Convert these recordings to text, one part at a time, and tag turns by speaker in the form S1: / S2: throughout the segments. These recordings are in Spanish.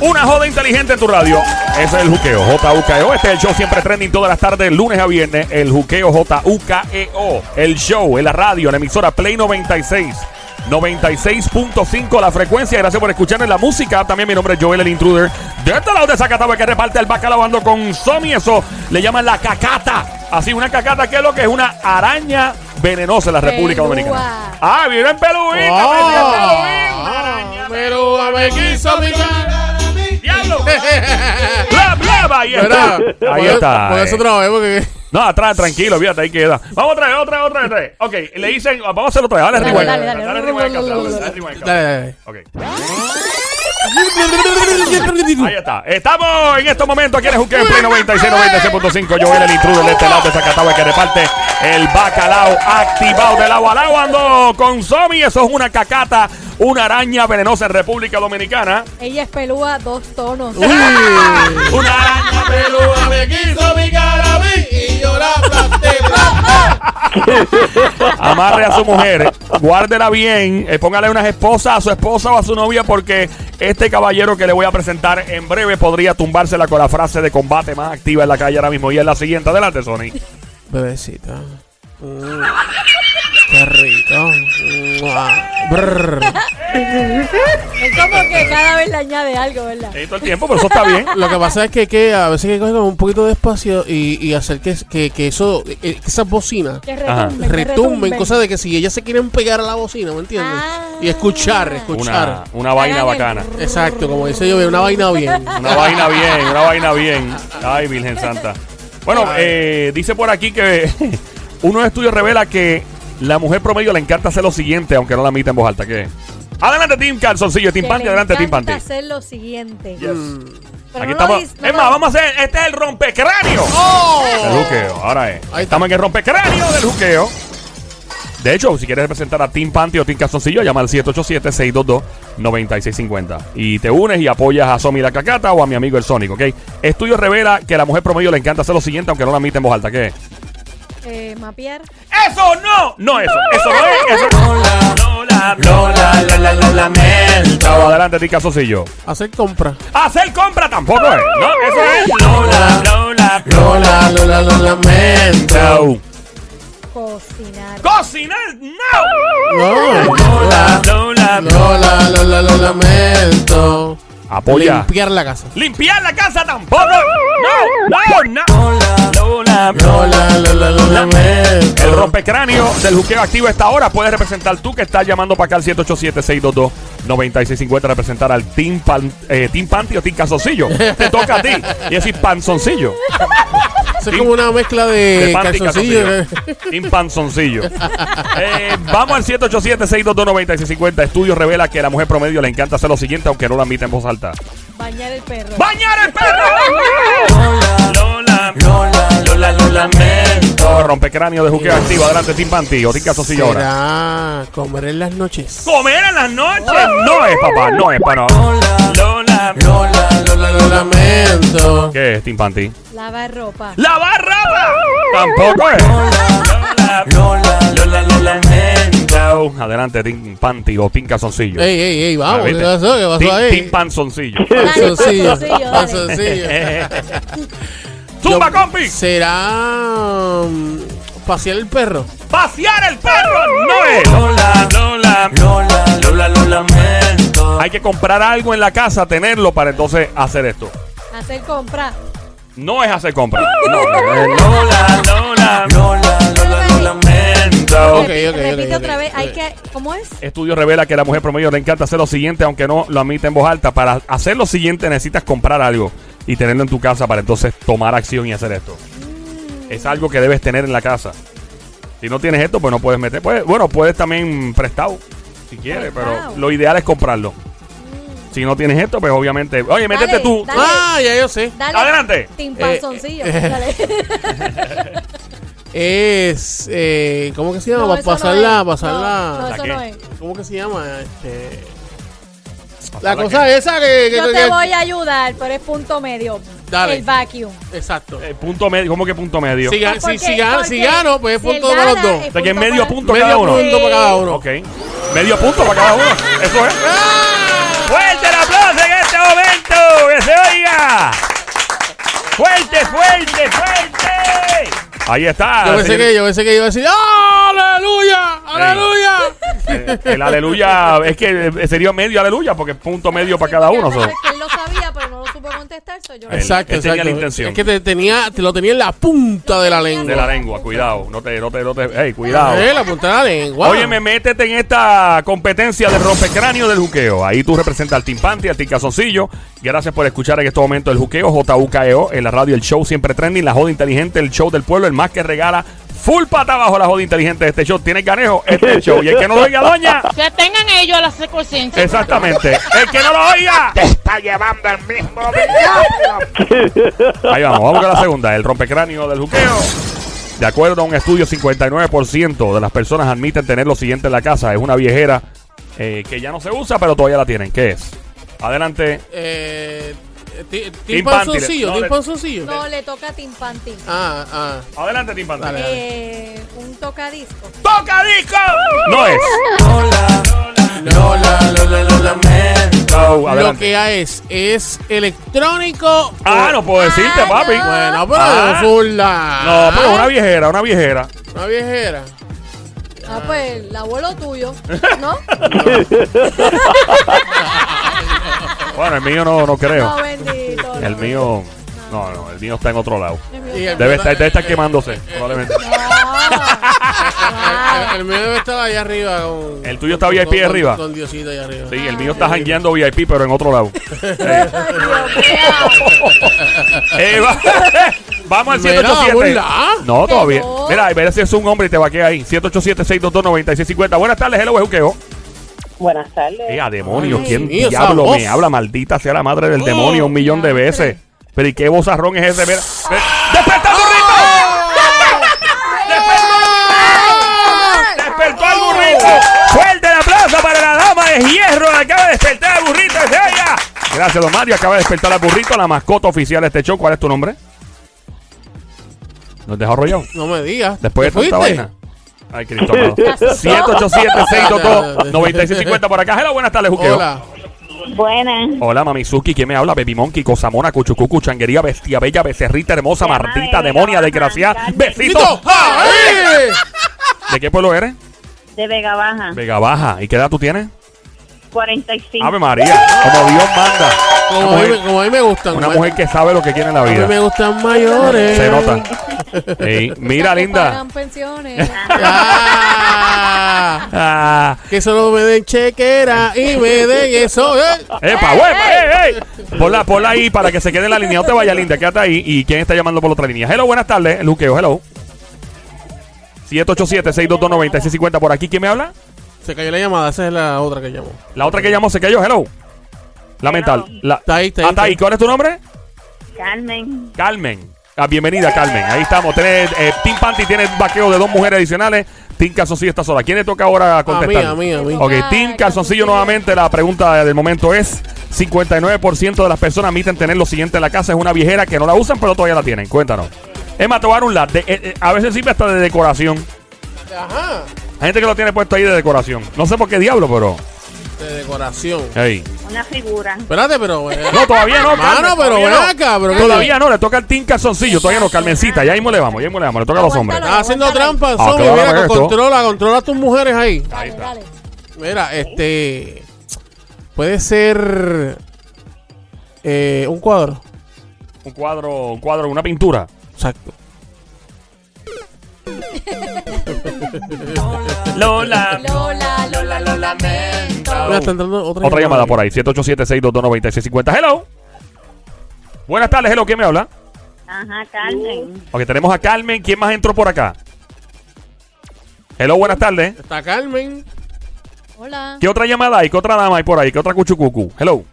S1: Una joda inteligente en tu radio. Ese es el juqueo, J-U-K-E-O. Este es el show siempre trending todas las tardes, lunes a viernes. El juqueo J-U-K-E-O. E El show en la radio, en la emisora Play 96. 96.5 la frecuencia. Gracias por escucharnos la música. También mi nombre es Joel el Intruder. De este lado de Zacatau que reparte el bacalao ando con Somi. Eso le llaman la cacata. Así, una cacata que es lo que es una araña venenosa en la República
S2: Pelúa.
S1: Dominicana. Ah, viven peluita,
S3: Pero a me quiso mirar.
S1: Diablo.
S3: Eh,
S1: Bla, bla, bla, ahí está.
S3: Verá,
S1: Ahí
S3: por-
S1: está.
S3: Por eso
S1: eh.
S3: otra vez, porque.
S1: No, atrás, tranquilo, fíjate, ahí queda. Vamos otra vez, otra vez, otra vez, otra vez. Ok, le dicen, vamos a hacerlo otra vez. Dale,
S2: Dale,
S1: rewind.
S2: dale, dale.
S1: Dale, rewind, Cata, dale, dale, rewind,
S3: Dale,
S1: Cata.
S3: dale,
S1: Ok, ahí
S3: dale.
S1: está. Estamos en estos momentos aquí en el Juque en Play 96, 96.5. Joel el intruder de este lado de Zacatau que reparte el bacalao activado del agua al agua. Ando con Somi, eso es una cacata, una araña venenosa en República Dominicana.
S2: Ella es pelúa dos tonos.
S1: Una araña
S3: Pero me quiso mirar a mí y yo la aplasté, aplasté.
S1: Amarre a su mujer, guárdela bien, eh, póngale unas esposas a su esposa o a su novia porque este caballero que le voy a presentar en breve podría tumbársela con la frase de combate más activa en la calle ahora mismo y es la siguiente. Adelante, Sony.
S3: Bebecita. Mm, Qué rico. Mua. Brr.
S2: Es como que cada vez le añade algo, ¿verdad?
S1: Necesito el tiempo, pero eso está bien.
S3: Lo que pasa es que, que a veces hay que coger como un poquito de espacio y, y hacer que, que, que eso, eh, que esas bocinas
S2: Que
S1: Ajá.
S2: retumben. que
S3: retumben, cosa de que si ellas se quieren pegar a la bocina, ¿me entiendes?
S2: Ah.
S3: Y escuchar,
S1: Una,
S3: escuchar.
S1: una vaina
S2: Hagan el
S1: bacana.
S2: rrr.
S3: Exacto, como dice yo, una vaina bien.
S1: Una vaina bien, una vaina bien. Ay, Virgen Santa. Bueno, eh, dice por aquí que unos estudios revela que la mujer promedio le encanta hacer lo siguiente, aunque no la admite en voz alta. ¿Qué? Adelante, Team Calzoncillo, Team
S2: Que
S1: Panty,
S2: le
S1: adelante, Team
S2: encanta
S1: Panty.
S2: hacer lo siguiente. Pero
S1: Aquí
S2: no lo
S1: estamos.
S2: dice- no
S1: es
S2: lo-
S1: más, vamos a hacer. Este es el rompecráneo. El juqueo. Ahora es.
S3: Ahí está.
S1: estamos en el rompecráneo del juqueo. De hecho, si quieres representar a Team Panty o Team Calzoncillo, llama al 787-622-9650. Y te unes y apoyas a Somi la Cacata o a mi amigo el Sonic, ¿ok? Estudio revela que a la mujer promedio le encanta hacer lo siguiente, aunque no la admite en voz alta. ¿Qué es?
S2: Eh, mapear.
S1: ¡Eso no! No eso. Eso no es. Eso Lola, Lola, Lola, lo lamento. Adelante, Team Calzoncillo.
S3: Hacer compra.
S1: Hacer compra tampoco es. No, eso es. Lola, Lola,
S3: Lola, Lola, lo lamento.
S1: No.
S2: Cocinar.
S1: Cocinar, no.
S3: No.
S1: Lola, Lola,
S3: Lola, Lola, lo lamento.
S1: Apoya.
S3: Limpiar la casa.
S1: Limpiar la casa tampoco. No, no, no. Lola,
S3: Lola, Lola, lo lamento.
S1: El rompecráneo del juqueo activo a esta hora puede representar tú que estás llamando para acá al 787-622-9650 representar al Team, Pan, eh, team Panty o Team Calzoncillo. Te toca a ti. Y decir panzoncillo.
S3: Eso es como una mezcla de eh.
S1: De Panty y
S3: calzoncillos.
S1: calzoncillo. Team Panzoncillo. Eh, vamos al 787-622-9650. Estudio revela que a la mujer promedio le encanta hacer lo siguiente, aunque no lo admite en voz alta.
S2: Bañar el perro.
S1: ¡Bañar el perro! Lola, Lola, Lola, lo lamento. Rompecráneo de juqueo activo. Adelante, Team Panty. O Team Calzoncillo ahora.
S3: Será comer en las noches.
S1: ¡Comer en las noches! No es, papá. No es para Lola, Lola, Lola.
S3: Lola, lo lamento.
S1: ¿Qué es, Team Panty?
S2: Lavar ropa.
S1: ¡Lavar ropa! Tampoco es. Lola, Lola, Lola, lo lamento. Adelante, Team Panty o Team Calzoncillo.
S3: Ey, ey, ey,
S1: Ah,
S3: vamos. ¿Qué
S1: ¿viste?
S3: pasó? ¿Qué pasó
S1: Team-
S3: ahí?
S1: Team Panzoncillo.
S2: Dale,
S3: Calzoncillo.
S2: calzoncillo, dale.
S3: Calzoncillo.
S1: ¡Zumba,
S3: Yo-
S1: compi!
S3: Será. mm, pasear el perro.
S1: ¡Pasear el perro! ¡No es! Lola, Lola, Lola, Lola, lo lamento. Hay que comprar algo en la casa, tenerlo para entonces hacer esto.
S2: Hacer compra.
S1: No es hacer compra. No, no es. Lola, Lola, Lola, Lola, lo lamento.
S3: Ah, Ok,
S2: Repi-
S3: ok, ok,
S2: Repite
S3: ok, Eh.
S2: otra vez.
S3: ok.
S2: Hay que. ¿Cómo es?
S1: Estudio revela que a la mujer promedio le encanta hacer lo siguiente, aunque no lo admite en voz alta. Para hacer lo siguiente necesitas comprar algo y tenerlo en tu casa para entonces tomar acción y hacer esto. Es algo que debes tener en la casa. Si no tienes esto, pues no puedes meter. Pues, bueno, puedes también prestado, si quieres,
S2: Prestado.
S1: pero lo ideal es comprarlo. Si no tienes esto, pues obviamente... Oye,
S2: Dale,
S1: métete tú.
S2: Dale.
S3: Ah, ya yo sé.
S2: Dale.
S1: Adelante.
S2: Team
S3: Eh,
S2: panzoncillo.
S3: eh,
S2: Dale.
S3: Es. Eh, ¿Cómo que se llama?
S2: No, eso no
S3: pasarla,
S2: es.
S3: pasarla.
S2: No, no,
S1: ¿La
S2: eso
S1: qué?
S2: no es.
S3: ¿Cómo que se llama? Este,
S1: Pasarla
S3: la cosa esa que. que-
S2: Yo
S3: que-
S2: te voy a ayudar, pero es punto medio.
S3: Dale.
S2: el vacuum.
S3: Exacto.
S1: Eh, punto medio, ¿cómo que punto medio?
S3: Si, ga-
S2: Ah,
S3: si-
S2: porque-
S3: si gano, si
S2: porque
S3: gano, pues es
S2: si él
S3: punto para los
S2: gana,
S3: dos.
S2: es
S1: O sea, que es
S2: punto
S1: medio
S2: para-
S1: punto
S3: Medio
S1: cada uno.
S3: punto para cada uno. ¡Ah!
S1: Ok. Medio punto para cada uno. Eso es. ¡Fuerte el aplauso en este momento! ¡Que se oiga! ¡Fuerte, fuerte, fuerte! Ahí está.
S3: Yo pensé
S1: señor-
S3: que, yo pensé que iba a decir ¡Ah, ¡Aleluya! ¡Aleluya!
S1: Eh, El aleluya, es que eh, sería medio aleluya porque es punto medio para cada uno. so.
S2: Porque Él lo sabía, pero no lo supo contestar. soy yo.
S1: Él-
S3: Exacto,
S1: él tenía
S3: exacto.
S1: la intención.
S3: Es que te, tenía, te lo tenía en la punta de la lengua.
S1: De la lengua, cuidado. No te, no te, no te. ¡Ey, cuidado!
S3: Eh, la punta de la lengua.
S1: Óyeme, métete en esta competencia de rompecráneo del juqueo. Ahí tú representas al Team Panty, al Team Calzoncillo. Gracias por escuchar en este momento el juqueo, JUKEO, E en la radio, el show siempre trending, la joda inteligente, el show del pueblo, el más que regala full pata abajo la joda inteligente de este show. Tiene ganejo, este es el show. Y el que no lo oiga, doña,
S4: Que tengan ellos la conciencia.
S1: exactamente. El que no lo oiga.
S5: te está llevando el mismo diablo.
S1: Ahí vamos, vamos con la segunda, el rompecráneo del juqueo. De acuerdo a un estudio, 59% de las personas admiten tener lo siguiente en la casa. Es una viejera eh, que ya no se usa, pero todavía la tienen. ¿Qué es? Adelante.
S3: Eh, ti-
S1: Team
S3: Team
S1: Panty,
S3: Panzoncillo,
S1: no, le-
S3: Team Panzoncillo.
S2: No, le toca a Tim Panty.
S3: Ah, ah.
S1: Adelante, Timpante.
S3: Dale.
S2: Eh, un tocadisco.
S1: ¡Toca disco! No es. No,
S3: Lo
S1: adelante.
S3: que es, es electrónico.
S1: Ah,
S3: o-
S1: no puedo decirte,
S2: Ah,
S1: papi.
S2: no.
S3: Bueno, pero
S1: Ah.
S3: es un ah. la-
S1: No, pero una viejera, una viejera.
S3: Una viejera.
S2: Ah, pues el abuelo tuyo, ¿no?
S1: Bueno, el mío no, no creo.
S2: No, bendito.
S1: El
S2: no.
S1: mío. No, no, el mío está en otro lado.
S2: El mío-
S3: Y el
S1: Debe
S3: mío-
S1: estar, debe estar quemándose, probablemente.
S2: Ah,
S3: El, el mío debe estar allá arriba. Con,
S1: El tuyo está VIP
S3: con-
S1: arriba.
S3: Con Diosito allá arriba.
S1: Sí, el mío está jangueando VIP, pero en otro lado.
S2: wow. Dios mío.
S1: Eh, va- Vamos al
S3: Mira,
S1: 787.
S3: hola.
S1: No, todavía.
S2: Hello.
S1: Mira, a ver si es un hombre y te vaquea ahí. 787-622-9650. Buenas tardes, hello, es Juqueo.
S6: Buenas tardes.
S1: Eh, a demonio,
S3: Ay,
S1: ¿quién
S3: Dios mío,
S1: diablo
S3: esa
S1: me
S3: voz.
S1: habla? Maldita sea la madre del demonio un millón de veces. Pero ¿y qué bozarrón es ese? Mira, ve- ¡Despertó el burrito! ¡Despertó el burrito! ¡Fuerte el aplauso para la dama de hierro! que Acaba de despertar al burrito, es ella. Gracias, don Mario. Acaba de despertar al burrito, la mascota oficial de este show. ¿Cuál es tu nombre? ¿Nos dejó arrollado?
S3: No me digas.
S1: Después
S3: ¿Te
S1: de tanta
S3: fuiste?
S1: vaina. Ay, Cristo. 787-622-9650 por acá. Hello, buenas tardes, Juqueo.
S3: Hola.
S6: Buenas.
S1: Hola, Mamizuki, ¿quién me habla? Baby Monkey, Cosamona, Cuchucucu, Changuería, Bestia Bella, Becerrita Hermosa,
S6: Mamá
S1: Mardita,
S6: bella,
S1: Demonia,
S6: mamá,
S1: Desgraciada.
S6: dale.
S1: ¡Besito!
S3: ¡ah!
S1: Ah.
S3: ¡Ay!
S1: ¿De qué pueblo eres?
S6: De Vega Baja.
S1: Vega Baja. ¿Y qué edad tú tienes?
S6: 45.
S1: Ave María, como Dios manda. Una
S3: Como a mí me-
S1: mujer,
S3: como a mí me gustan.
S1: una
S3: ma-
S1: mujer que sabe lo que quiere en la
S3: A mí me
S1: vida.
S3: gustan mayores.
S1: Se nota. Ey, mira,
S2: Que
S1: linda.
S2: Pagan pensiones.
S3: Ah,
S1: Ah,
S3: que solo me den chequera y me den eso. eh.
S1: ¡Epa, huepa! ¡Ey, ey! Ponla, ponla ahí para que se quede en la línea. No te vayas, linda, quédate ahí. ¿Y quién está llamando por la otra línea? Hello, buenas tardes. Luqueo, hello. 787-622-9650 por aquí. ¿Quién me habla?
S3: Se cayó la llamada, esa es la otra que llamó.
S1: La otra que llamó se cayó, hello. Lamentable.
S6: Hello.
S1: La-
S3: Está ahí, está ahí,
S1: Ah, está
S3: está
S1: ahí.
S3: ahí.
S1: ¿Cuál es tu nombre?
S6: Carmen.
S1: Carmen. Ah, bienvenida, Carmen. Ahí estamos. Tienes, eh, Team Panty tiene vaqueo de dos mujeres adicionales. Team Calzoncillo está sola. ¿Quién le toca ahora
S3: A mí,
S1: contestar?
S3: a mí, a mí.
S1: Ok,
S2: Ah,
S1: Team Calzoncillo
S2: Calzoncillo.
S1: nuevamente. La pregunta del momento es: 59% de las personas admiten tener lo siguiente en la casa. Es una viejera que no la usan, pero todavía la tienen. Cuéntanos. Es más, te voy a dar un lat. De- eh, eh, a veces sirve hasta de decoración.
S3: Ajá.
S1: Hay gente que lo tiene puesto ahí de decoración. No sé por qué diablo, pero.
S3: De decoración.
S1: Ey.
S6: Una figura.
S3: Espérate, pero. eh,
S1: No, todavía no, Carmen,
S3: Mano, pero
S1: todavía
S3: ven
S1: no.
S3: acá, pero ¿qué
S1: Todavía no, le toca al Team Calzoncillo. Todavía no, Carmencita. Ya mismo le vamos, ya mismo le vamos. Le toca a los hombres.
S3: Estás haciendo trampa,
S1: Ah,
S3: Zombie.
S1: claro,
S3: Mira,
S1: para esto.
S3: controla, controla a tus mujeres ahí.
S1: Ahí está.
S2: Dale, dale.
S3: Mira, este. Puede ser. eh, un cuadro.
S1: Un cuadro, un cuadro, una pintura.
S3: Exacto.
S1: Lola.
S2: Lola, Lola, lo lamento.
S3: Mira, está entrando otra,
S1: Otra llamada por ahí, 787-622-9650. Hello. Buenas tardes, hello, ¿quién me habla?
S6: Ajá, Carmen.
S1: Ok, tenemos a Carmen. ¿Quién más entró por acá? Hello, buenas tardes.
S3: Está Carmen.
S2: Hola.
S1: ¿Qué otra llamada hay? ¿Qué otra dama hay por ahí? ¿Qué otra cuchucucu? Hello.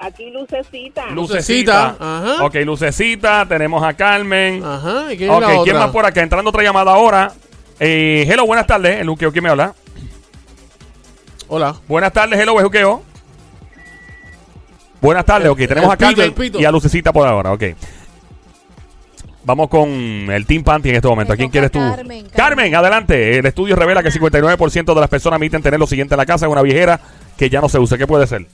S6: Aquí Lucecita.
S3: Lucecita. Ajá.
S1: Ok, Lucecita. Tenemos a Carmen.
S3: Ajá. ¿Y quién es
S1: Ok,
S3: la otra?
S1: ¿quién más por acá? Entrando otra llamada ahora. Eh, hello, buenas tardes. El Luqueo, ¿quién me habla?
S3: Hola.
S1: Buenas tardes, hello, Bejuqueo. Buenas tardes, ok. Tenemos
S3: el
S1: a Carmen
S3: pito, el pito.
S1: y a Lucecita por ahora, ok. Vamos con el Team Panty en este momento.
S2: Me
S1: ¿A quién
S2: toca
S1: quieres tú? Carmen,
S2: Carmen, Carmen.
S1: adelante. El estudio revela que 59% de las personas admiten tener lo siguiente en la casa, una viejera que ya no se usa. ¿Qué puede ser?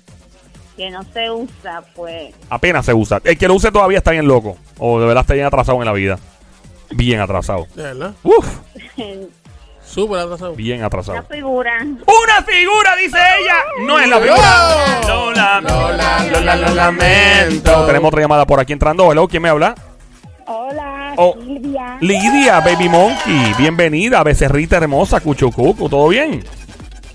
S6: Que no se usa, pues.
S1: Apenas se usa. El que lo use todavía está bien loco. O de verdad está bien atrasado en la vida. Bien atrasado.
S3: De verdad.
S1: Uf,
S3: Súper atrasado.
S1: bien
S6: La
S1: atrasado.
S6: figura.
S1: ¡Una figura, dice ella! No es la figura. Lola, Lola, Lola, lo lamento. Tenemos otra llamada por aquí entrando. Hello, ¿quién me habla?
S6: Hola,
S1: Oh.
S6: Silvia.
S1: Lidia, Baby Monkey, bienvenida, becerrita hermosa, Cuchucucu, ¿todo bien?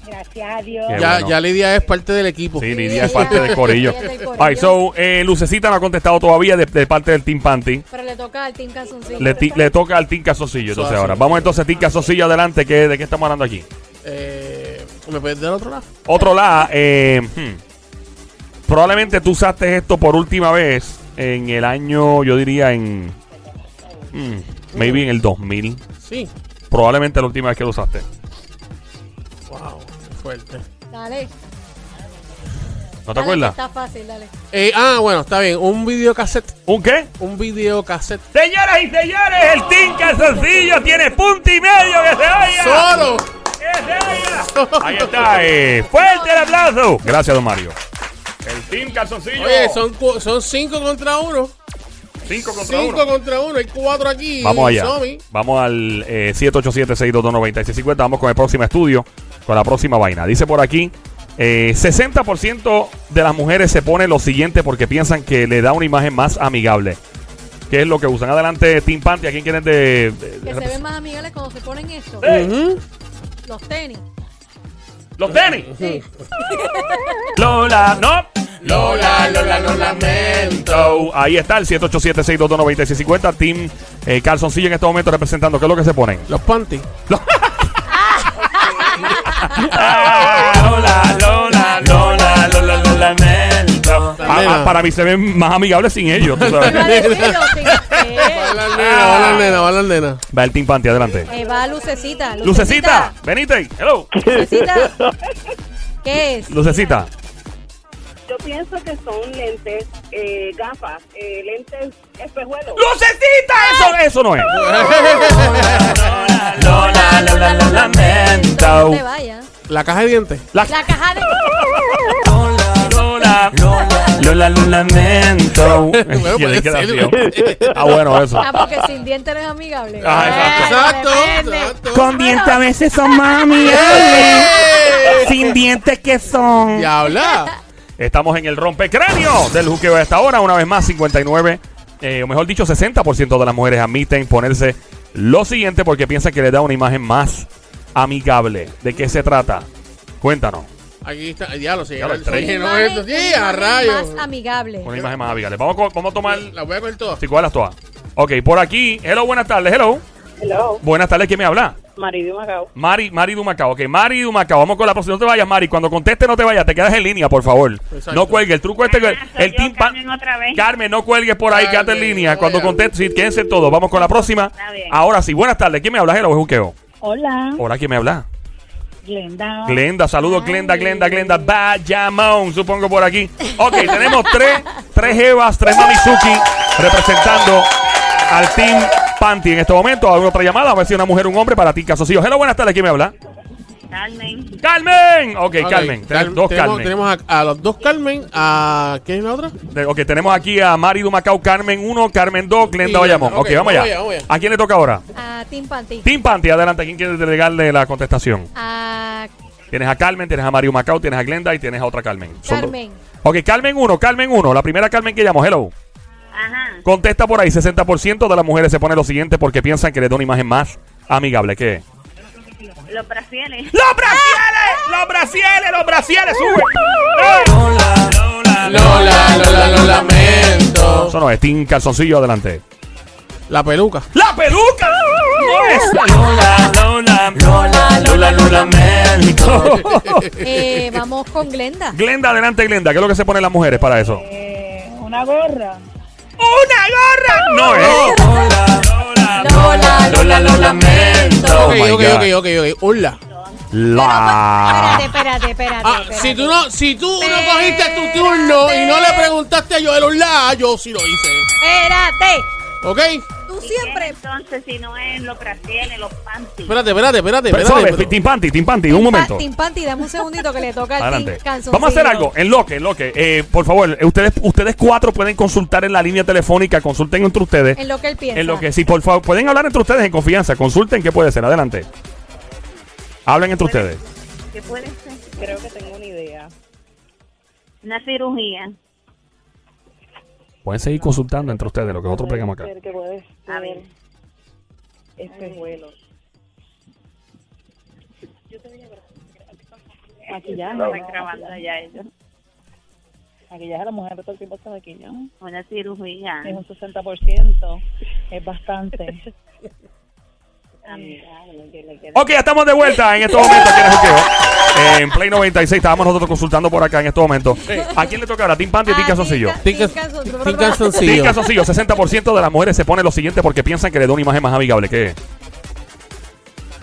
S6: Gracias a Dios.
S1: Qué
S3: Ya,
S1: bueno.
S3: ya Lidia es parte del equipo.
S1: Sí,
S2: Sí,
S1: Lidia es
S2: ella-
S1: parte del
S2: ella
S1: corillo.
S2: es del corillo.
S1: Ay, so, eh, Lucecita no ha contestado todavía de, de parte del Team Panty.
S2: Pero le toca al Team Calzoncillo.
S1: Le, ti- le toca al Team Casocillo, entonces
S3: Suave,
S1: ahora.
S3: suave.
S1: Vamos entonces, Team Casocillo, adelante, que, ¿de qué estamos hablando aquí?
S3: Eh, ¿Me puedes dar otro lado?
S1: Otro la, eh, hmm, probablemente tú usaste esto por última vez en el año, yo diría en, hmm, maybe en el 2000.
S3: Sí.
S1: Probablemente la última vez que lo usaste.
S3: Wow, qué fuerte.
S2: Dale.
S1: ¿No te
S2: dale,
S1: acuerdas?
S2: que Está fácil, dale.
S3: Eh, ah, bueno, está bien. Un videocassette.
S1: ¿Un qué?
S3: Un videocassette.
S1: Señoras y señores, el Team Calzoncillo tiene punto y medio que se vaya.
S3: ¡Solo!
S1: Ahí está, eh, fuerte el aplauso. Gracias, don Mario. El Team Calzoncillo.
S3: Oye, son, cu- son cinco contra uno.
S1: cinco contra
S3: Cinco
S1: uno.
S3: contra uno. Hay cuatro aquí.
S1: Vamos allá.
S3: Somi.
S1: Vamos al eh, 787-622-9650. Vamos con el próximo estudio, con la próxima vaina. Dice por aquí, eh, 60% de las mujeres se ponen lo siguiente porque piensan que le da una imagen más amigable. ¿Qué es lo que usan? Adelante, Team Panty. ¿A quién quieren de...? de- de-
S2: Que se ven más amigables cuando se ponen esto.
S3: Ujú.
S2: Los tenis.
S1: ¡Los tenis! Lola, no.
S3: Lola, Lola, lo lamento.
S1: So, ahí está el 787-622-9650. Team eh, Calzoncillo en este momento representando. ¿Qué es lo que se ponen?
S3: Los panties.
S1: Lola, Lola, Lola, Lola, lo lamento.
S3: Nena.
S1: para mí se ven más amigables sin ellos. tú sabes.
S2: Va a decirlo, sin-
S3: Hola,
S2: Eh,
S3: nena, hola, nena, hola, nena.
S1: Va el Team Panty, adelante.
S2: eh, va Lucecita.
S1: Lucecita, venite. Hello.
S2: Lucecita. ¿Qué es?
S1: Lucecita.
S6: Yo pienso que son lentes, eh, gafas, eh, lentes espejuelos.
S1: ¡Lucecita! Eso, eso no es. Lola, Lola, lo
S2: No
S1: lamento.
S2: te vayas.
S3: La caja de dientes.
S2: La caja de.
S1: Lola, Lola, lo lamento.
S3: Bueno,
S1: Qué
S3: puede ser.
S1: desgraciado. Ah, bueno, eso.
S2: Ah, porque sin dientes eres amigable. Eh,
S1: Ah, exacto.
S3: Exacto,
S4: depende.
S3: exacto. ¡Eh!
S7: Con dientes a veces son más amigables. Sin dientes que son.
S3: Diabla.
S1: Estamos en el rompecráneo del juqueo de esta hora. Una vez más, 59, eh, o mejor dicho, 60% de las mujeres admiten ponerse lo siguiente porque piensan que les da una imagen más amigable. ¿De qué se trata? Cuéntanos.
S3: Aquí está, diablo, sí.
S1: Diablo, el
S3: sí,
S1: tren.
S3: no,
S2: Imagen-
S3: esto- sí,
S2: imagen
S3: a rayos.
S2: Más amigable.
S1: Una imagen más amigable. Vamos, co- vamos a tomar...
S3: La voy a coger todas.
S1: Sí, las todas? Ok, por aquí. Hello, buenas tardes. Hello.
S6: Hello,
S1: Buenas tardes, ¿quién me habla?
S6: marido Magao.
S1: Mari, Mari Dumacao. Ok, Mari Dumacao. Vamos con la próxima. No te vayas, Mari. Cuando conteste, no te vayas. Te quedas en línea, por favor.
S3: Exacto.
S1: No cuelgue. El truco este... que-
S6: Ah, soy
S1: el
S6: yo,
S1: team pan-
S6: Carmen, otra vez.
S1: Carmen, no cuelgues por ahí. Quédate en
S3: Carmen,
S1: línea. Cuando
S3: oiga.
S1: conteste, sí, quédense todos. Vamos con la próxima.
S6: Está bien.
S1: Ahora sí. Buenas tardes. ¿Quién me habla? Hello, es Juqueo.
S6: Hola,
S1: Hola, ¿quién me habla?
S6: Glenda.
S1: Glenda. Saludos, Glenda, Glenda, Glenda. Bayamón, supongo por aquí. Ok, tenemos tres, tres Evas, tres Mamizuki representando al Team Panty en este momento. Hago otra llamada. A ver si una mujer, un hombre para ti, Casocillo. Hello, buenas tardes. ¿Quién me habla?
S6: Carmen.
S1: Carmen. Ok,
S3: Ok,
S1: Carmen.
S3: Cal-
S1: Tenemos dos
S3: tenemos,
S1: Carmen.
S3: Tenemos a, a los dos Carmen. A, ¿Quién es la otra?
S1: De- Ok, tenemos aquí a Mari Dumacao, Carmen 1, Carmen 2, Glenda
S3: Y Glenda.
S1: Bayamón. Ok,
S3: Ok,
S1: vamos allá.
S3: vamos allá, vamos allá.
S1: ¿A quién le toca ahora?
S2: A Tim Panty.
S1: Team Panty, adelante. ¿Quién quiere delegarle la contestación?
S2: A
S1: Tienes a Carmen, tienes a Mario Macao, tienes a Glenda y tienes a otra Carmen. Son
S2: Carmen.
S1: dos. Ok, Carmen 1, Carmen 1. La primera Carmen que llamó, hello.
S6: Ajá,
S1: Contesta por ahí. 60% de las mujeres se pone lo siguiente porque piensan que le da una imagen más amigable. ¿Qué es?
S6: los brasieles.
S1: ¡Los brasieles! ¡Los brasieles! ¡Los brasieles! ¡Sube! Lola,
S3: Lola, Lola, lo lamento.
S1: Eso no es Team Calzoncillo, adelante.
S3: La peluca.
S1: ¡La peluca! ¡No es! Lola, Lola, Lola, Lola, Lola,
S2: Eh, vamos con Glenda.
S1: Glenda, adelante, Glenda. ¿Qué es lo que se ponen las mujeres para eso?
S6: Eh, una gorra.
S1: ¡Una gorra! No eh. es.
S2: eh. Lola,
S1: Lola, lo lamento. Oh
S3: ok,
S1: my
S3: ok,
S1: God.
S3: ok, ok, ok. Hola.
S1: La.
S2: Espérate, espérate, espérate.
S3: Ah,
S2: espérate.
S3: si tú no, si tú no cogiste tu turno y no le preguntaste a Joel Urla, yo sí lo hice.
S2: Espérate.
S3: ¿Ok?
S2: Tú
S6: ¿Y qué
S2: siempre.
S6: Entonces, si no es los brasieres, los panties.
S3: Espérate, espérate, espérate,
S1: Pero,
S3: espérate.
S1: suave, Team Panty, Team Panty, un momento.
S2: Tim Panty, dame un segundito que le toca al
S1: Adelante.
S2: Tim Canzoncillo.
S1: Vamos a hacer algo. Enloque, enloque. Eh, por favor, eh, ustedes, ustedes cuatro pueden consultar en la línea telefónica. Consulten entre ustedes.
S2: En lo que él piensa.
S1: En lo que sí, por favor, pueden hablar entre ustedes en confianza. Consulten qué puede ser. Adelante. Hablen entre ustedes. Pues-
S6: ¿Qué puede ser?
S2: Creo que tengo una idea.
S6: Una cirugía.
S1: Pueden seguir consultando entre ustedes lo que nosotros pegamos acá.
S2: que puede
S6: A ver.
S2: este vuelo.
S6: Están grabando ya ellos.
S8: maquillaje, la mujer todo el tiempo se maquilla.
S6: Una cirugía.
S8: Es un 60%, es bastante.
S1: Ok, ya estamos de vuelta en estos momentos aquí en el juqueo. En Play 96 estábamos nosotros consultando por acá en estos momentos. ¿A quién le toca ahora? ¿Tim Panty o Tim Casoncillo?
S3: Tim Cas- Tim
S1: Tim
S3: Canzoncillo.
S1: Casoncillo, 60% de las mujeres se pone lo siguiente porque piensan que le da una imagen más amigable. ¿Qué es?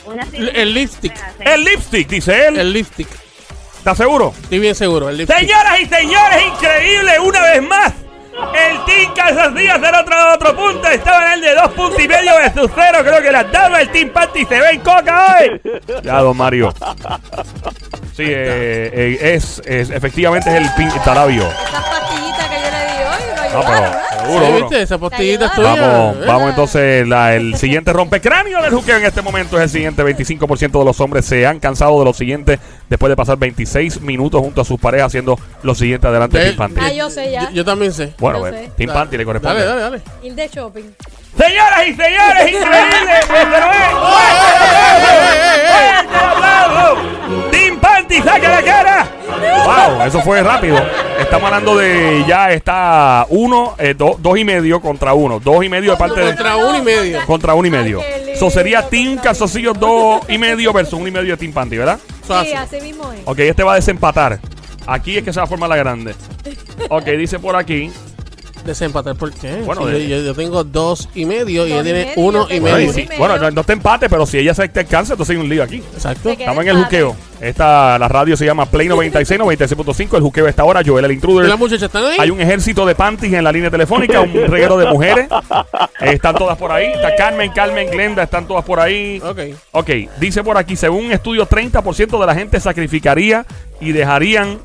S6: Una
S3: El,
S6: cirugía.
S3: el lipstick.
S1: El lipstick, dice él.
S3: El lipstick.
S1: ¿Estás seguro?
S3: Estoy bien seguro, el lipstick.
S1: Señoras y señores, increíble una vez más. El Team Casas Díaz del otro, otro punto estaba en el de dos puntos y medio versus cero. Creo que las damas del Team Panty se ven coca hoy. Ya, don Mario. Sí, eh, eh, es, es- efectivamente es el pintalabio.
S2: Estas pastillitas que yo le di hoy lo
S1: No,
S2: ayudaron, ¿eh?
S1: Ah, pero
S3: Sí,
S1: seguro, seguro.
S3: ¿Viste? Esa postillita es tuya.
S1: Vamos,
S3: ¿eh?
S1: vamos entonces, la- el siguiente rompecráneo del juqueo en este momento es el siguiente. 25% de los hombres se han cansado de lo siguiente después de pasar 26 minutos junto a sus parejas haciendo lo siguiente adelante
S3: Ve-
S1: Team Panty.
S2: Ah, yo sé ya.
S3: Yo, yo también sé.
S1: Bueno,
S2: yo
S1: pues,
S2: sé.
S1: Team Panty le corresponde.
S3: Dale, dale, dale.
S1: eh,
S2: Ir de shopping.
S1: Señoras y señores, increíble. pero es fuerte, fuerte aplauso. Team Panty saca la cara. Wow, eso fue rápido. Estamos hablando de ya está uno, eh, do- dos y medio contra uno, dos y medio de parte de
S3: Contra uno y medio.
S1: contra uno y medio.
S2: Ay, qué lindo,
S1: Eso sería Team
S2: contra uno.
S1: Calzoncillo dos y medio versus un y medio de Team Panty, ¿verdad?
S3: Eso hace.
S2: Sí, así mismo es.
S1: Ok, este va a desempatar. Aquí es que se va a formar la grande. Ok, dice por aquí.
S3: Desempatar, ¿por qué?
S1: Bueno,
S3: Si
S1: de-
S3: yo, yo tengo dos y medio
S2: Dos
S3: y ella
S2: y
S3: tiene
S2: medio,
S3: uno y
S2: yo
S1: Bueno,
S2: tengo
S1: y
S3: medio.
S2: uno
S1: si-
S2: y medio.
S1: bueno, no, no te empate, pero si ella se te alcanza, entonces hay un lío aquí.
S3: Exacto.
S2: Se queda
S1: Estamos en el juqueo. Esta, la radio se llama Play 96, 96.5. El juqueo está ahora. Joel el intruder.
S3: ¿Las muchachas están ahí?
S1: Hay un ejército de panties en la línea telefónica, un reguero de mujeres. Eh, están todas por ahí. Está Carmen, Carmen, Glenda, están todas por ahí.
S3: Ok.
S1: Ok, dice por aquí, según un estudio, 30% de la gente sacrificaría y dejarían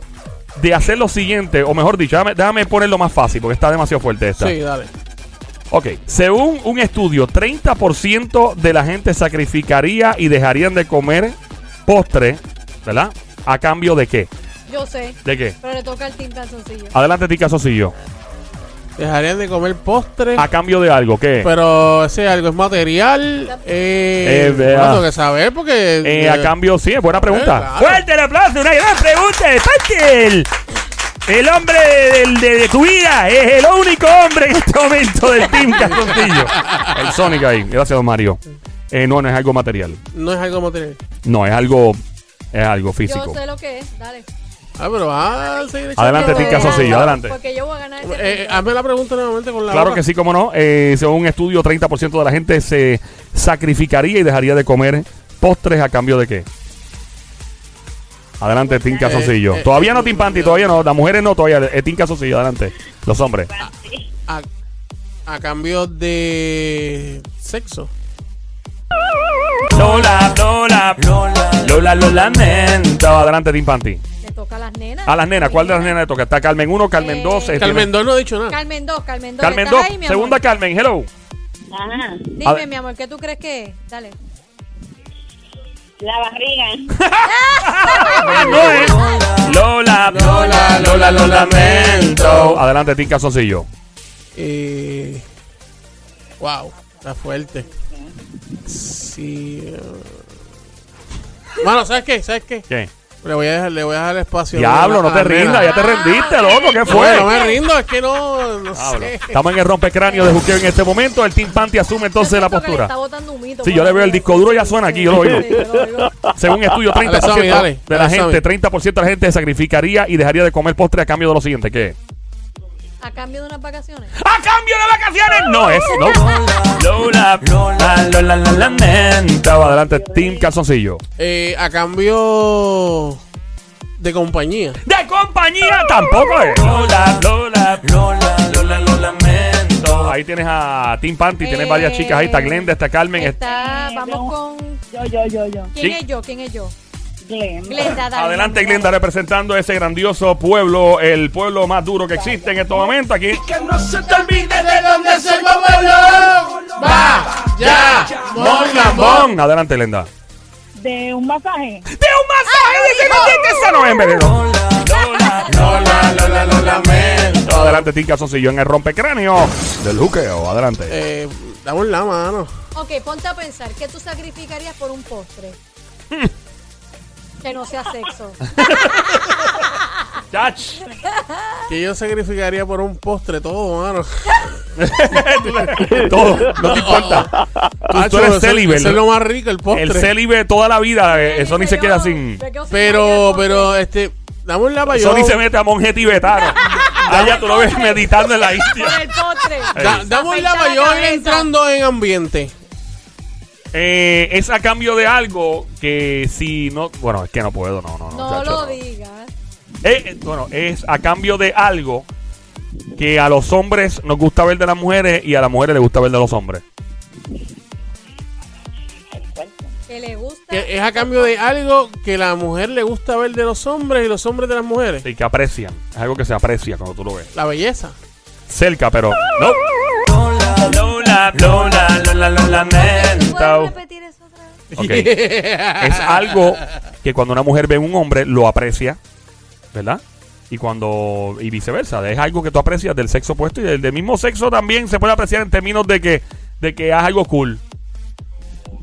S1: de hacer lo siguiente, o mejor dicho, déjame, déjame ponerlo más fácil porque está demasiado fuerte esta.
S3: Sí, dale.
S1: Ok, según un estudio, 30% de la gente sacrificaría y dejarían de comer postre, ¿verdad? ¿A cambio de qué?
S2: Yo sé.
S1: ¿De qué?
S2: Pero le toca al Team Canzoncillo.
S1: Adelante, Tica Sosillo.
S3: Dejarían de comer postre.
S1: ¿A cambio de algo Ah, qué?
S3: Pues, Pero ese algo es material. Eh,
S1: Eh, vea.
S3: bueno, tengo que saber porque.
S1: Eh, a cambio, sí, es buena pregunta.
S3: Eh, claro.
S1: ¡Fuerte el aplauso! ¡Una gran pregunta de Pantel! El hombre del- de, de tu vida es el único hombre en este momento del Team Castillo. El Sonic ahí. Gracias, don Mario. Eh, no, no es algo material.
S3: No es algo material.
S1: No, es algo, es algo
S2: Yo
S1: físico.
S2: sé lo que es. Dale.
S3: Ah, pero va a seguir echando-
S1: Adelante,
S2: Yo
S1: Tica
S2: voy a
S1: Sosillo,
S2: ganar,
S1: adelante.
S2: Porque yo voy a ganar este
S3: Eh, eh,
S2: punto.
S3: hazme la pregunta nuevamente con la.
S1: Claro que sí, cómo no. Eh, según un estudio, 30% de la gente se sacrificaría y dejaría de comer postres a cambio de qué. Adelante, Tim Casoncillo.
S3: eh, eh,
S1: todavía no
S3: eh,
S1: Tim Panty, todavía no. Las mujeres no, todavía. Eh, Tim Casoncillo, adelante. Los hombres.
S3: A, a cambio de. Sexo.
S1: Lola, Lola, Lola, Lola, lo lamento. Adelante, Tim Panty.
S2: Le toca a las nenas.
S1: A las nenas, ¿cuál de las nenas le toca? Está Carmen 1, Carmen
S2: Eh,
S1: 2.
S3: Carmen Dor no ha dicho nada.
S2: Carmen 2, Carmen 2.
S1: Carmen 2. Segunda Carmen, hello.
S6: Ajá.
S1: A
S2: Dime,
S1: ver.
S2: mi amor, ¿qué tú crees que es? Dale.
S6: La barriga.
S1: No es. Lola, Lola, Lola, lo lamento. Adelante, Tim Casoncillo.
S3: Eh, wow, está fuerte. Sí. eh. Bueno, ¿sabes qué? ¿Sabes qué?
S1: ¿Qué?
S3: Le voy a dejar, le voy a dejar espacio.
S1: Diablo, no te rindas, ya te rendiste, loco, ¿qué fue?
S3: No, no me rindo, es que no, no
S1: Diablo.
S3: sé.
S1: Estamos en el rompecráneo de juqueo en este momento. El Team Panty asume entonces la
S2: Yo siento que le
S1: postura.
S2: Está botando humito.
S1: Sí, yo le veo el disco duro, ya suena aquí, yo lo oigo.
S2: Sí, yo lo oigo.
S1: Según estudio,
S3: Dale, Sammy,
S1: 30%
S3: dale,
S1: de la
S3: dale,
S1: gente,
S3: Sammy.
S1: 30% de la gente sacrificaría y dejaría de comer postre a cambio de lo siguiente, ¿qué?
S2: a cambio de unas vacaciones.
S1: ¡A cambio de vacaciones! No es. No. Lola, Lola, Lola, la lamenta. Va adelante, Team Calzoncillo.
S3: Eh, a cambio de compañía.
S1: De compañía tampoco es. Lola, Lola, Lola, Lola, lo lamento. Ahí tienes a Team Panty, tienes
S2: Eh,
S1: varias chicas ahí. Está Glenda, está Carmen. está-
S2: Está,
S8: Eh,
S2: vamos con.
S8: Yo, yo, yo, yo.
S2: ¿Quién
S1: Sí.
S2: es yo? ¿Quién es yo?
S8: Glenn.
S2: Glenda, dale.
S1: Adelante,
S2: dale,
S1: Glenda,
S2: dale.
S1: representando ese grandioso pueblo, el pueblo más duro que existe en estos momentos aquí.
S3: ¿De dónde soy, ¡Va! ¡Ya!
S1: Bon, Adelante, Glenda.
S8: De un masaje.
S1: ¡De un masaje!
S2: Ah,
S1: ¡Dice que esa no es Lola, Lola, Lola, lo lamento. Adelante, Tim Calzoncillo en el rompecráneo del juqueo. Adelante.
S3: Eh, damos la mano.
S2: Ok, ponte a pensar. ¿Qué tú sacrificarías por un postre?
S1: Hmm.
S2: que no sea sexo.
S1: Chach.
S3: Que yo sacrificaría por un postre todo, mano.
S1: Todo, no te importa. Tú, tú eres
S3: eso-
S1: célibe.
S3: eso es lo más rico, el
S1: El
S3: postre.
S1: célibe toda la vida, eh, eso ni se
S2: Yo-
S1: queda sin.
S2: yo quedo sin
S3: pero,
S2: nada,
S3: pero, este, damos la para
S1: Eso
S3: yo.
S1: ni se mete a monje tibetano. Allá tú lo ves meditando en la
S2: Por
S1: India.
S2: el postre.
S3: Da- damos la para yo ir entrando en ambiente.
S1: Eh, es a cambio de algo que si no. Bueno, es que no puedo, no, no, no.
S2: No
S1: chacho,
S2: lo
S1: no.
S2: digas.
S1: Eh, eh, bueno, es a cambio de algo que a los hombres nos gusta ver de las mujeres y a las mujeres les gusta ver de los hombres.
S2: Que le gusta.
S3: Que es a cambio de algo que la mujer le gusta ver de los hombres y los hombres de las mujeres.
S1: Sí, que aprecian. Es algo que se aprecia cuando tú lo ves.
S3: La belleza.
S1: Cerca, pero. No. Lola, Lola, Lola, Lola,
S2: ¿Tú puedes repetir eso otra vez?
S1: Ok. Es algo que cuando una mujer ve a un hombre lo aprecia, ¿verdad? Y cuando y viceversa, es algo que tú aprecias del sexo opuesto y del, del mismo sexo también se puede apreciar en términos de que de que es algo cool.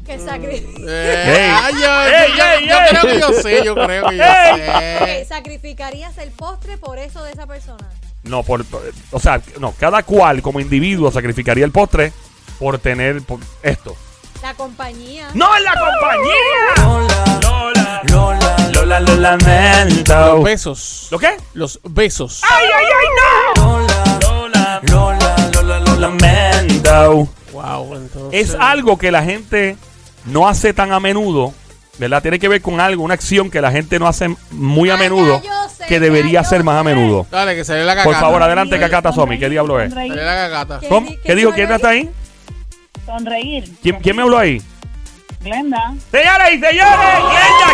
S2: Que sacrificaría.
S3: Eh,
S1: Ey.
S3: ay, yo,
S1: Ey,
S3: yo-
S1: ey,
S3: yo
S1: ey.
S3: creo que yo sé, yo creo que yo
S2: Ok,
S1: Eh,
S3: sé.
S2: sacrificarías el postre por eso de esa persona.
S1: No, por, por- o sea, no, cada cual como individuo sacrificaría el postre por tener por esto.
S2: La compañía.
S1: No en la compañía. Lola, Lola, Lola, Lola,
S3: Los
S1: lamento.
S3: besos.
S1: ¿Lo qué?
S3: Los besos.
S1: ¡Ay, ay, ay, no! Lola, Lola, Lola, Lola, lamento.
S3: Wow, entonces.
S1: Es algo que la gente no hace tan a menudo, ¿verdad? Tiene que ver con algo, una acción que la gente no hace muy a
S2: Ah, ya
S1: menudo,
S2: yo sé,
S1: que
S2: ya
S1: debería
S2: yo
S1: ser más a
S2: sé.
S1: menudo.
S3: Dale, que salió la cacata.
S1: Por favor, adelante,
S8: Sonreír,
S1: Cacata Somi, ¿qué
S8: sonreír,
S1: diablo es?
S3: Salió
S8: Sonreír.
S3: la cacata.
S2: ¿Qué
S1: ¿Cómo?
S2: di-
S1: ¿Qué dijo?
S2: dijo
S1: ¿Quién está ahí?
S8: sonreír.
S1: ¿Quién, quién me habló ahí?
S8: Glenda.
S1: ¡Señoras y señores! ¡Y ella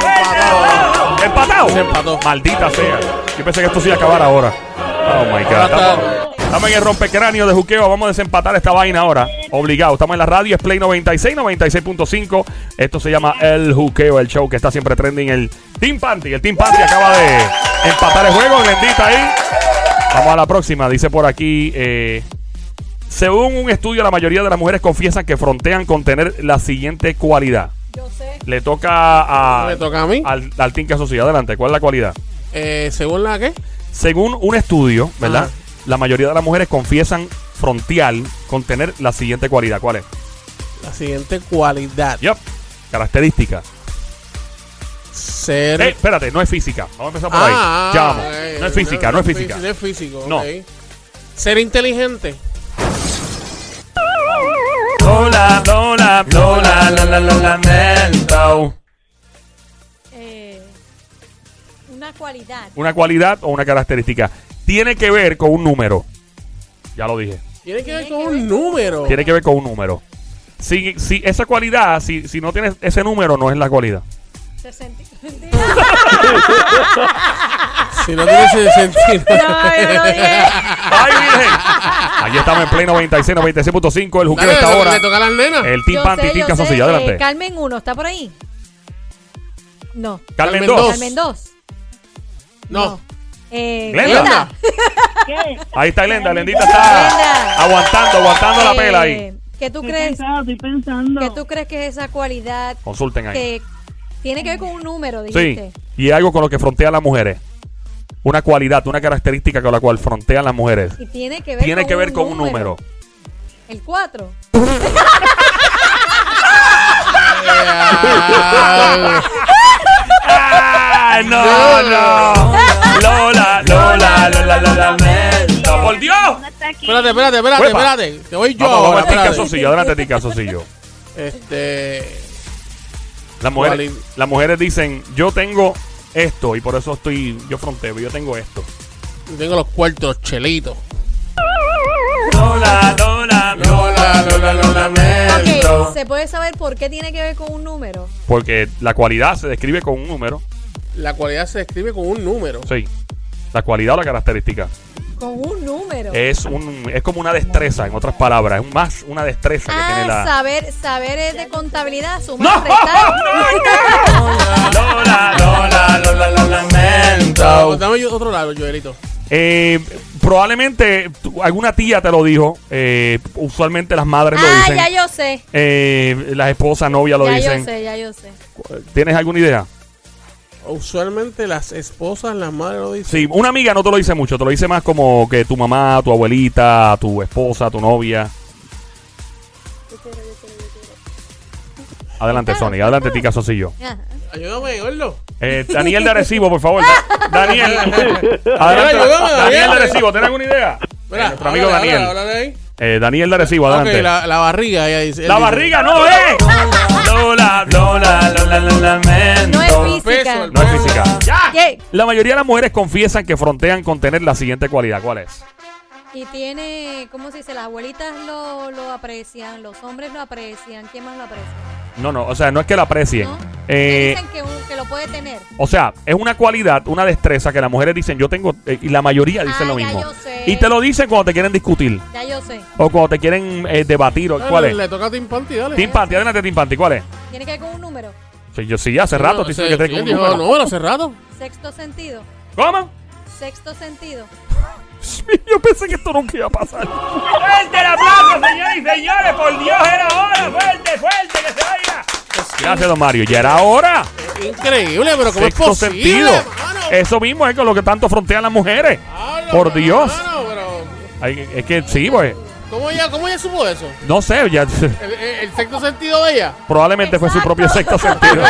S1: cae! ¡Empatado!
S3: Se empató.
S1: Maldita sea. Yo pensé que esto se iba a acabar ahora. Oh my God. Estamos, estamos en el rompecráneo de juqueo. Vamos a desempatar esta vaina ahora. Obligado. Estamos en la radio. Es Play 96, 96.5. Esto se llama El Juqueo, el show que está siempre trending. El Team Panty. El Team Panty acaba de empatar el juego. Glendita ahí. Vamos a la próxima. Dice por aquí. eh, según un estudio, la mayoría de las mujeres confiesan que frontean con tener la siguiente cualidad.
S2: Yo sé.
S1: Le toca a.
S3: Me toca a mí.
S1: Al, al Team Caso Adelante, ¿cuál es la cualidad?
S3: Eh, según la que.
S1: Según un estudio, ¿verdad?
S3: Ajá.
S1: La mayoría de las mujeres confiesan frontear con tener la siguiente cualidad. ¿Cuál es?
S3: La siguiente cualidad.
S1: Yup. Característica.
S3: Ser.
S1: Eh, espérate, no es física. Vamos a empezar por
S3: Ah,
S1: ahí. Ya vamos.
S3: ok.
S1: no es física, no, es física.
S3: No es físico,
S1: No.
S3: ok. Ser inteligente.
S1: Lola, Lola, Lola, Lola, Lola, lamento.
S2: eh, una cualidad.
S1: Una cualidad o una característica. Tiene que ver con un número. Ya lo dije.
S3: Tiene que ver
S2: Tiene
S3: con
S2: que
S3: un
S2: ver-
S3: número.
S1: Tiene que ver con un número. Si, si esa cualidad, si, si no tienes ese número, no es la cualidad.
S2: Se sentí.
S3: Si no tiene ese sentido.
S2: No, yo no dije.
S1: ¡Ay, Virgen! Ahí estamos en Play 96, 96.5. El juqueo
S3: Dale,
S1: está
S3: le,
S1: ahora. Eh,
S3: le toca a las nenas.
S1: El
S2: Yo
S1: Team Panty,
S2: sé,
S1: Team
S2: yo
S1: Calzoncillo.
S2: sé, eh,
S1: Adelante.
S2: Carmen 1, ¿está por ahí? No.
S1: Carmen
S3: Carmen
S1: 2.
S3: dos.
S2: Carmen 2.
S3: no.
S2: Eh,
S1: Glenda.
S8: ¿Qué?
S1: Ahí está Glenda. Glendita está
S2: Glenda.
S1: aguantando, aguantando la
S2: eh,
S1: pela ahí.
S2: ¿Qué tú
S8: Estoy
S2: crees?
S8: pensando, estoy pensando.
S2: ¿Qué tú crees que es esa cualidad
S1: Consulten ahí.
S2: que tiene que ver con un número,
S1: Sí.
S2: dijiste?
S1: Y algo con lo que frontean las mujeres. Una cualidad, una característica con la cual frontean las mujeres.
S2: Y tiene que ver
S1: Tiene que ver con un número.
S2: El 4.
S3: Eh, Ya.
S1: ¡Ah, no, no! Lola, Lola, Lola, Lola, Lola, pero por Dios.
S9: No está aquí.
S3: Espérate, espérate, espérate,
S1: Uepa.
S3: espérate. Te voy yo
S1: Vamos, vamos, este
S3: ahora,
S1: tica
S3: espérate.
S1: Sosillo, adelante, tica Sosillo.
S3: Este.
S1: Las
S3: ¿Cuál
S1: mujeres,
S3: es?
S1: las mujeres dicen, yo tengo esto y por eso estoy, yo fronteo, yo tengo esto.
S3: Tengo los cuartos, los chelitos.
S1: Lola, Lola,
S3: Lola, Lola, lo lamento.
S2: Ok, ¿se puede saber por qué tiene que ver con un número?
S1: Porque la cualidad se describe con un número.
S3: La cualidad se describe con un número.
S1: Sí. La cualidad o la característica.
S2: Con un número.
S1: Es un es como una destreza, en otras palabras. Es un más una destreza que
S2: ah,
S1: tiene la.
S2: saber, saber es de contabilidad, sumar,
S1: ¡No!
S2: restar.
S1: Lola, Lola, Lola, lo
S3: Dame
S1: lamento.
S3: dame yo otro lado, Joelito.
S1: Eh, probablemente tu- alguna tía te lo dijo. Eh, usualmente las madres lo
S2: Ah,
S1: dicen.
S2: ya yo sé.
S1: Eh, las esposas, novia lo
S2: ya
S1: dicen.
S2: yo sé, ya yo sé.
S1: ¿Tienes alguna idea?
S3: Usualmente las esposas, las madres lo dicen.
S1: Sí, una amiga no te lo dice mucho, te lo dice más como que tu mamá, tu abuelita, tu esposa, tu novia.
S2: Ah,
S1: Adelante, Sony, adelante, Tica Sosillo.
S2: Ya.
S3: Ayúdame, gordo.
S1: Eh, Daniel de Arecibo, por favor. Da- Daniel. Adelante.
S3: Ayúdame,
S1: Daniel de
S3: Daniel.
S1: Arecibo, ¿tienes alguna idea? Eh,
S3: Mira,
S1: nuestro amigo
S3: háblale,
S1: Daniel.
S3: háblale, háblale ahí.
S1: Eh, Daniel de Arecibo, adelante.
S3: Ok,
S1: la
S3: la, la barriga, ella dice. él dice.
S1: barriga no es. Lola, Lola, Lola, Lola, lamento.
S2: No es
S3: Peso,
S2: física.
S3: el-
S1: No es física.
S2: ¿Qué?
S1: La mayoría de las mujeres confiesan que frontean con tener la siguiente cualidad. ¿Cuál es?
S2: Y tiene, ¿cómo se dice? Las abuelitas lo, lo aprecian, los hombres lo aprecian. ¿Quién más lo aprecia?
S1: No, no, o sea, no es que la aprecien.
S2: ¿No?
S1: Eh,
S2: Dicen que, un- que lo puede tener.
S1: o sea, es una cualidad, una destreza que las mujeres dicen, yo tengo, eh, y la mayoría dicen
S2: Ah,
S1: lo
S2: ya
S1: mismo.
S2: yo sé.
S1: Y te lo dicen cuando te quieren discutir,
S2: Ya yo sé.
S1: o cuando te quieren eh, debatir, o
S3: Dale,
S1: cuál es.
S3: Le toca a Tim Panty, dale.
S1: Tim Panty, adelante Tim Panty, ¿cuál es?
S2: Tiene que ver con un número.
S1: Sí, yo sí, hace rato,
S3: No,
S1: te
S3: sí,
S1: dicen que tengo
S3: sí,
S1: un
S3: dijo,
S1: número.
S3: No, bueno, hace rato.
S2: Sexto sentido.
S1: ¿Cómo?
S2: Sexto sentido.
S1: Yo pensé que esto nunca iba a pasar. ¡Fuerte el aplauso, señores y señores! ¡Por Dios, era hora! ¡Fuerte, fuerte, que se oiga! Gracias, don Mario. ¡Ya era hora!
S3: Increíble, pero ¿cómo
S1: Sexto
S3: es posible?
S1: sentido.
S3: mano?
S1: Eso mismo es con lo que tanto frontean las mujeres.
S3: Hablo,
S1: Por
S3: pero,
S1: Dios.
S3: mano, pero,
S1: Ay, es que sí, pues.
S3: ¿Cómo ella, cómo ella supo eso?
S1: No sé, ya,
S3: El, el- el sexto sentido de ella.
S1: probablemente fue su
S2: Exacto.
S1: propio sexto sentido.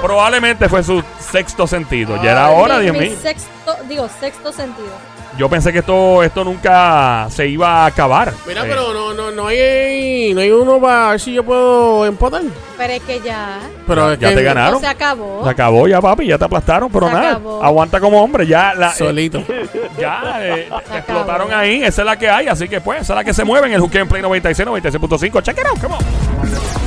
S1: probablemente fue su sexto sentido. Ya era hora,
S2: Mi-
S1: Dios
S2: mi
S1: mío.
S2: Sexto, digo, sexto sentido.
S1: Yo pensé que esto, esto nunca se iba a acabar. Eh,
S3: Mira, pero no, no, no hay, no hay uno para ver si yo puedo empatar.
S2: Pero es que ya.
S3: Pero es
S1: Ya
S3: que
S1: te ganaron.
S2: No se acabó.
S1: Se acabó ya, papi, ya te aplastaron, pero
S2: Se
S1: nada.
S2: acabó.
S1: Aguanta como hombre, ya la, eh,
S3: Solito.
S1: ya eh,
S2: acabó.
S1: explotaron ahí. Esa es la que hay, así que pues, esa es la que se mueve en el Juqueo en Play 96, 96.5. Check it out, come on.